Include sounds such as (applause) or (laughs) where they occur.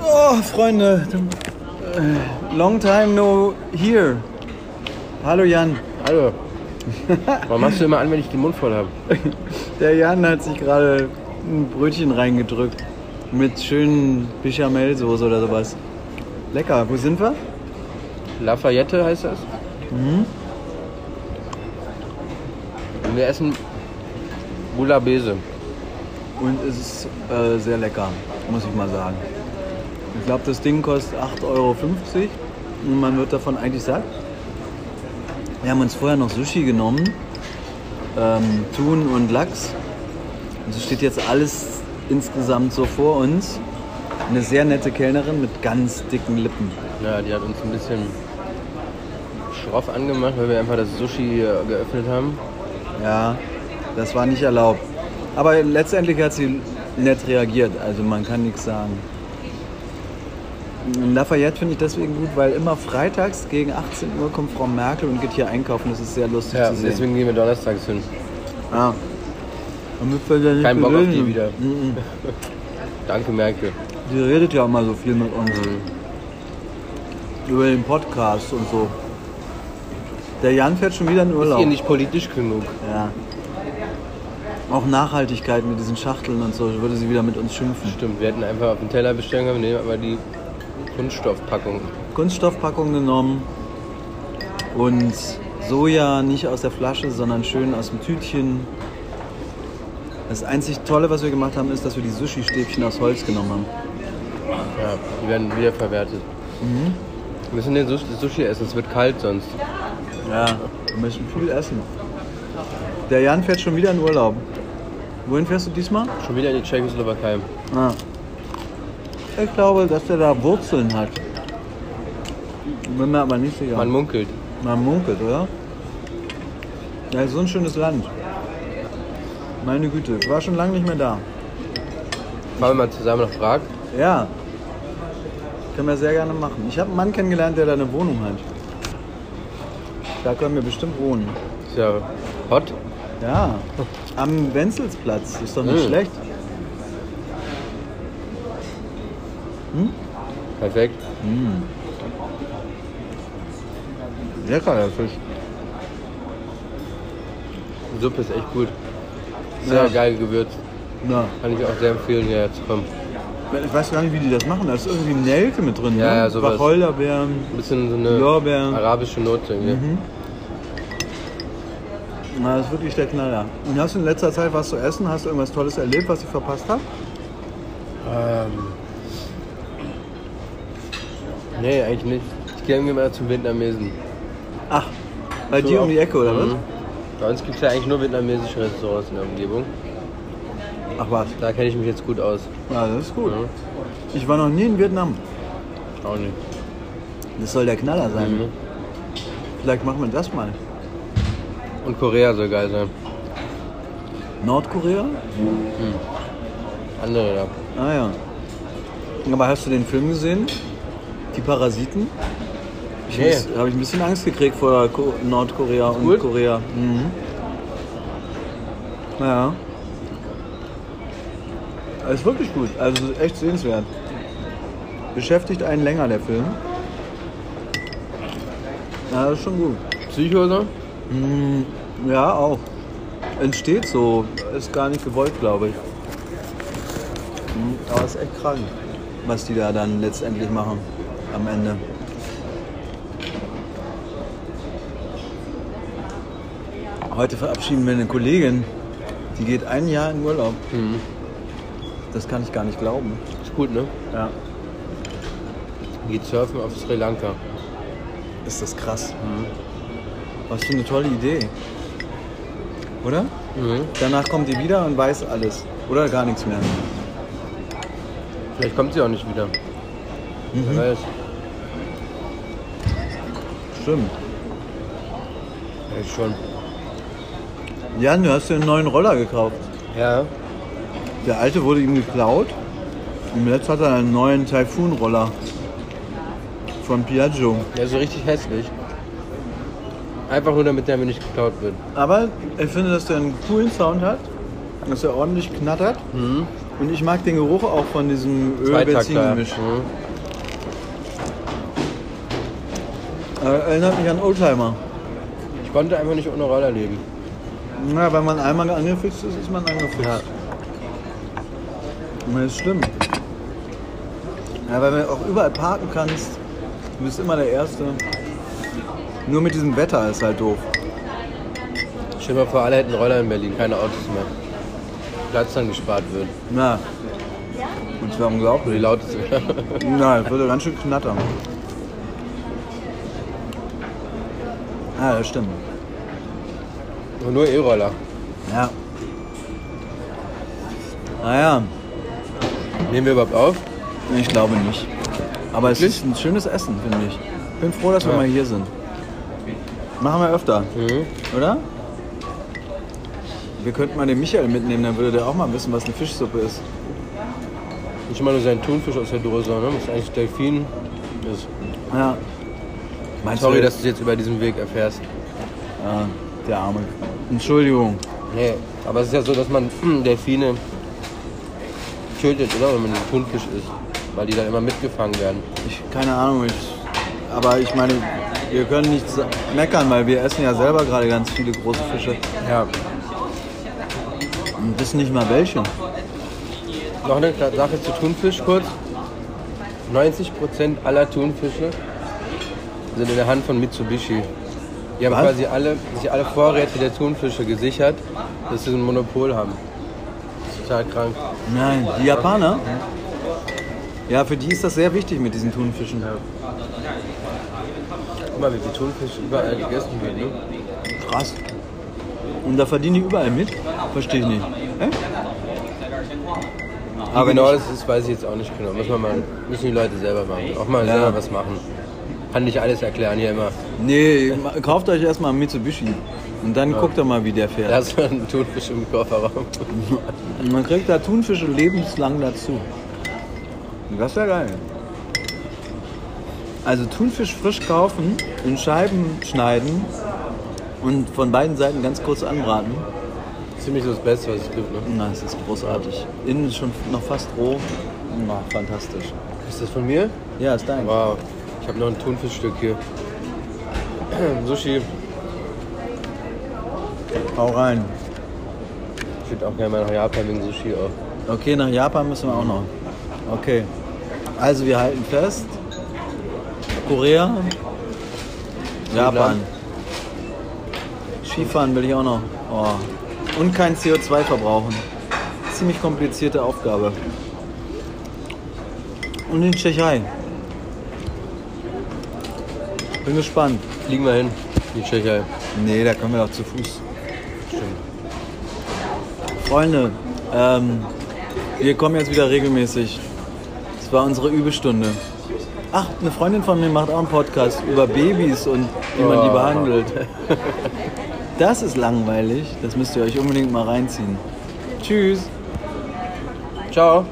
Oh, Freunde, äh, long time no here. Hallo Jan. Hallo. (laughs) Warum machst du immer an, wenn ich den Mund voll habe? Der Jan hat sich gerade ein Brötchen reingedrückt mit schönen Bichamelsoße oder sowas. Lecker. Wo sind wir? Lafayette heißt das. Mhm. Und wir essen Boulabese. Und es ist äh, sehr lecker, muss ich mal sagen. Ich glaube, das Ding kostet 8,50 Euro und man wird davon eigentlich satt. Wir haben uns vorher noch Sushi genommen, ähm, Thun und Lachs. Und so steht jetzt alles insgesamt so vor uns. Eine sehr nette Kellnerin mit ganz dicken Lippen. Ja, die hat uns ein bisschen schroff angemacht, weil wir einfach das Sushi äh, geöffnet haben. Ja, das war nicht erlaubt. Aber letztendlich hat sie nett reagiert, also man kann nichts sagen. In Lafayette finde ich deswegen gut, weil immer freitags gegen 18 Uhr kommt Frau Merkel und geht hier einkaufen. Das ist sehr lustig Ja, zu und sehen. deswegen gehen wir donnerstags hin. Ah. Damit wir ja nicht Kein Bock auf die bereden. wieder. Mhm. Danke, Merkel. Die redet ja immer so viel mit uns. Über den Podcast und so. Der Jan fährt schon wieder in Ist Urlaub. hier nicht politisch genug? ja. Auch Nachhaltigkeit mit diesen Schachteln und so würde sie wieder mit uns schimpfen. Stimmt, wir hätten einfach auf den Teller bestellen können, wir nehmen aber die Kunststoffpackung. Kunststoffpackung genommen und Soja nicht aus der Flasche, sondern schön aus dem Tütchen. Das einzig Tolle, was wir gemacht haben, ist, dass wir die Sushi-Stäbchen aus Holz genommen haben. Ja, die werden wiederverwertet. Mhm. Wir müssen den Sushi, Sushi essen, es wird kalt sonst. Ja, wir müssen viel essen. Der Jan fährt schon wieder in Urlaub. Wohin fährst du diesmal? Schon wieder in die Tschechoslowakei. Ah. Ich glaube, dass der da Wurzeln hat. Bin mir aber nicht sicher. Man munkelt. Man munkelt, oder? Ja, ist so ein schönes Land. Meine Güte, ich war schon lange nicht mehr da. Fahren wir mal zusammen nach Prag. Ja. Können wir sehr gerne machen. Ich habe einen Mann kennengelernt, der da eine Wohnung hat. Da können wir bestimmt wohnen. Ist ja hot. Ja. Am Wenzelsplatz. Ist doch nicht Mhm. schlecht. Perfekt. Lecker, der Fisch. Die Suppe ist echt gut. Sehr Ja. geil gewürzt. Na, Kann ich auch sehr empfehlen, hierher zu kommen. ich weiß gar nicht, wie die das machen. Da ist irgendwie Nelke mit drin. Ja, ne? ja, sowas. Wacholderbeeren. Ein bisschen so eine Lorbeeren. arabische Note irgendwie. Mhm. Na, das ist wirklich der Knaller. Und hast du in letzter Zeit was zu essen? Hast du irgendwas Tolles erlebt, was ich verpasst habe? Ähm. Nee, eigentlich nicht. Ich gehe irgendwie mal zum Vietnamesen. Ach, Ah, bei dir um die Ecke oder was? Mhm. Bei uns gibt es ja eigentlich nur vietnamesische Restaurants in der Umgebung. Ach was, Da kenne ich mich jetzt gut aus. ja, das ist gut. Mhm. Ich war noch nie in Vietnam. Auch nicht. Das soll der Knaller sein. Mhm. Vielleicht machen wir das mal. Und Korea soll geil sein. Nordkorea? Andere da. Ah ja. Aber hast du den Film gesehen? Die Parasiten? Ich Nee. nee. habe ich ein bisschen Angst gekriegt vor Ko Nordkorea und gut? Korea. Mhm. Ja. Ist wirklich gut. Also ist echt sehenswert. Beschäftigt einen länger der Film. Ja, das ist schon gut. Psycho so? Mm, Ja, auch. Entsteht so. Ist gar nicht gewollt, glaube ich. Mm, Aber ist echt krank, was die da dann letztendlich machen am Ende. Heute verabschieden wir eine Kollegin. Die geht ein Jahr in Urlaub. Mhm. Das kann ich gar nicht glauben. Ist gut, ne? Ja. Geht surfen auf Sri Lanka. Ist das krass. Was für eine tolle Idee. Oder? Mhm. Danach kommt die wieder und weiß alles. Oder gar nichts mehr. Vielleicht kommt sie auch nicht wieder. Wer weiß. Stimmt. Echt schon. Jan, du hast dir einen neuen Roller gekauft. Ja. Der alte wurde ihm geklaut. Und jetzt hat er einen neuen Typhoon-Roller. Von Piaggio. Ja, so richtig hässlich. Einfach nur, damit der mir nicht geklaut wird. Aber ich finde, dass der einen coolen Sound hat. Dass er ordentlich knattert. Und ich mag den Geruch auch von diesem Zweitakter. Öl-Benzin-Gemisch. Mhm. Äh, erinnert mich an Oldtimer. Ich konnte einfach nicht ohne Roller leben. Na, wenn man einmal angefixt ist, ist man angefixt. Ja. Na, Das ist schlimm. Ja, weil du auch überall parken kannst. Du bist immer der Erste. Nur mit diesem Wetter ist halt doof. Stell dir mal vor, alle hätten Roller in Berlin, keine Autos mehr. Platz dann gespart wird. Na, und zwar Nur unglaublich. die lauteste. (laughs) Na, das würde ganz schön knattern. Ah, das stimmt. Und nur E-Roller. Ja. Ah, Naja, Nehmen wir überhaupt auf? ich glaube nicht. Aber es Wirklich? ist ein schönes Essen, finde ich. Bin froh, dass wir Ja. mal hier sind. Machen wir öfter, Mhm. oder? Wir könnten mal den Michael mitnehmen, dann würde der auch mal wissen, was eine Fischsuppe ist. Nicht mal nur sein Thunfisch aus der Dose, ne? Das ist eigentlich Delfin. Ist. Ja. Meinst Sorry, du, dass du jetzt über diesen Weg erfährst. Ja, der Arme. Entschuldigung. Nee, aber es ist ja so, dass man (clears throat) Delfine tötet, oder? Wenn man den Thunfisch isst. Weil die dann immer mitgefangen werden. Ich, keine Ahnung, ich, aber ich meine, wir können nicht sa- meckern, weil wir essen ja selber gerade ganz viele große Fische Ja. und wissen nicht mal welche. Noch eine kleine Sache zu Thunfisch kurz. 90% aller Thunfische sind in der Hand von Mitsubishi. Die haben Was? quasi alle, sich alle Vorräte der Thunfische gesichert, dass sie so ein Monopol haben. Total krank. Nein, die Japaner? Ja, für die ist das sehr wichtig mit diesen Thunfischen. Guck mal, wie viel Thunfisch überall gegessen wird. Ne? Krass. Und da verdienen die überall mit? Verstehe ich nicht. Hä? Aber Aber genau nicht- das ist, weiß ich jetzt auch nicht genau. Müssen, wir mal, müssen die Leute selber machen. Auch mal Ja. selber was machen. Kann nicht alles erklären hier immer. (laughs) Nee, ma- kauft euch erstmal einen Mitsubishi. Und dann guckt ihr mal, wie der fährt. Da ist ein Thunfisch im Kofferraum. Und Man kriegt da Thunfische lebenslang dazu. Das ist ja geil. Also Thunfisch frisch kaufen, in Scheiben schneiden und von beiden Seiten ganz kurz anbraten. Ziemlich so das Beste, was es gibt. Ne? Na, es ist großartig. Innen ist schon noch fast roh. Na, fantastisch. Ist das von mir? Ja, ist dein. Wow, ich habe noch ein Thunfischstück hier. (clears throat) Sushi, Hau rein. ich würde auch gerne mal nach Japan wegen Sushi auch. Okay, nach Japan müssen wir auch noch. Okay. Also wir halten fest. Korea. Japan. Skifahren will ich auch noch. Oh. Und kein CO2 verbrauchen. Ziemlich komplizierte Aufgabe. Und in Tschechei. Bin gespannt. Fliegen wir hin, die Tschechei. Nee, da kommen wir doch zu Fuß. Freunde, ähm, wir kommen jetzt wieder regelmäßig. Das war unsere Übestunde. Ach, eine Freundin von mir macht auch einen Podcast über Babys und wie man die Oh. behandelt. Das ist langweilig. Das müsst ihr euch unbedingt mal reinziehen. Tschüss. Ciao.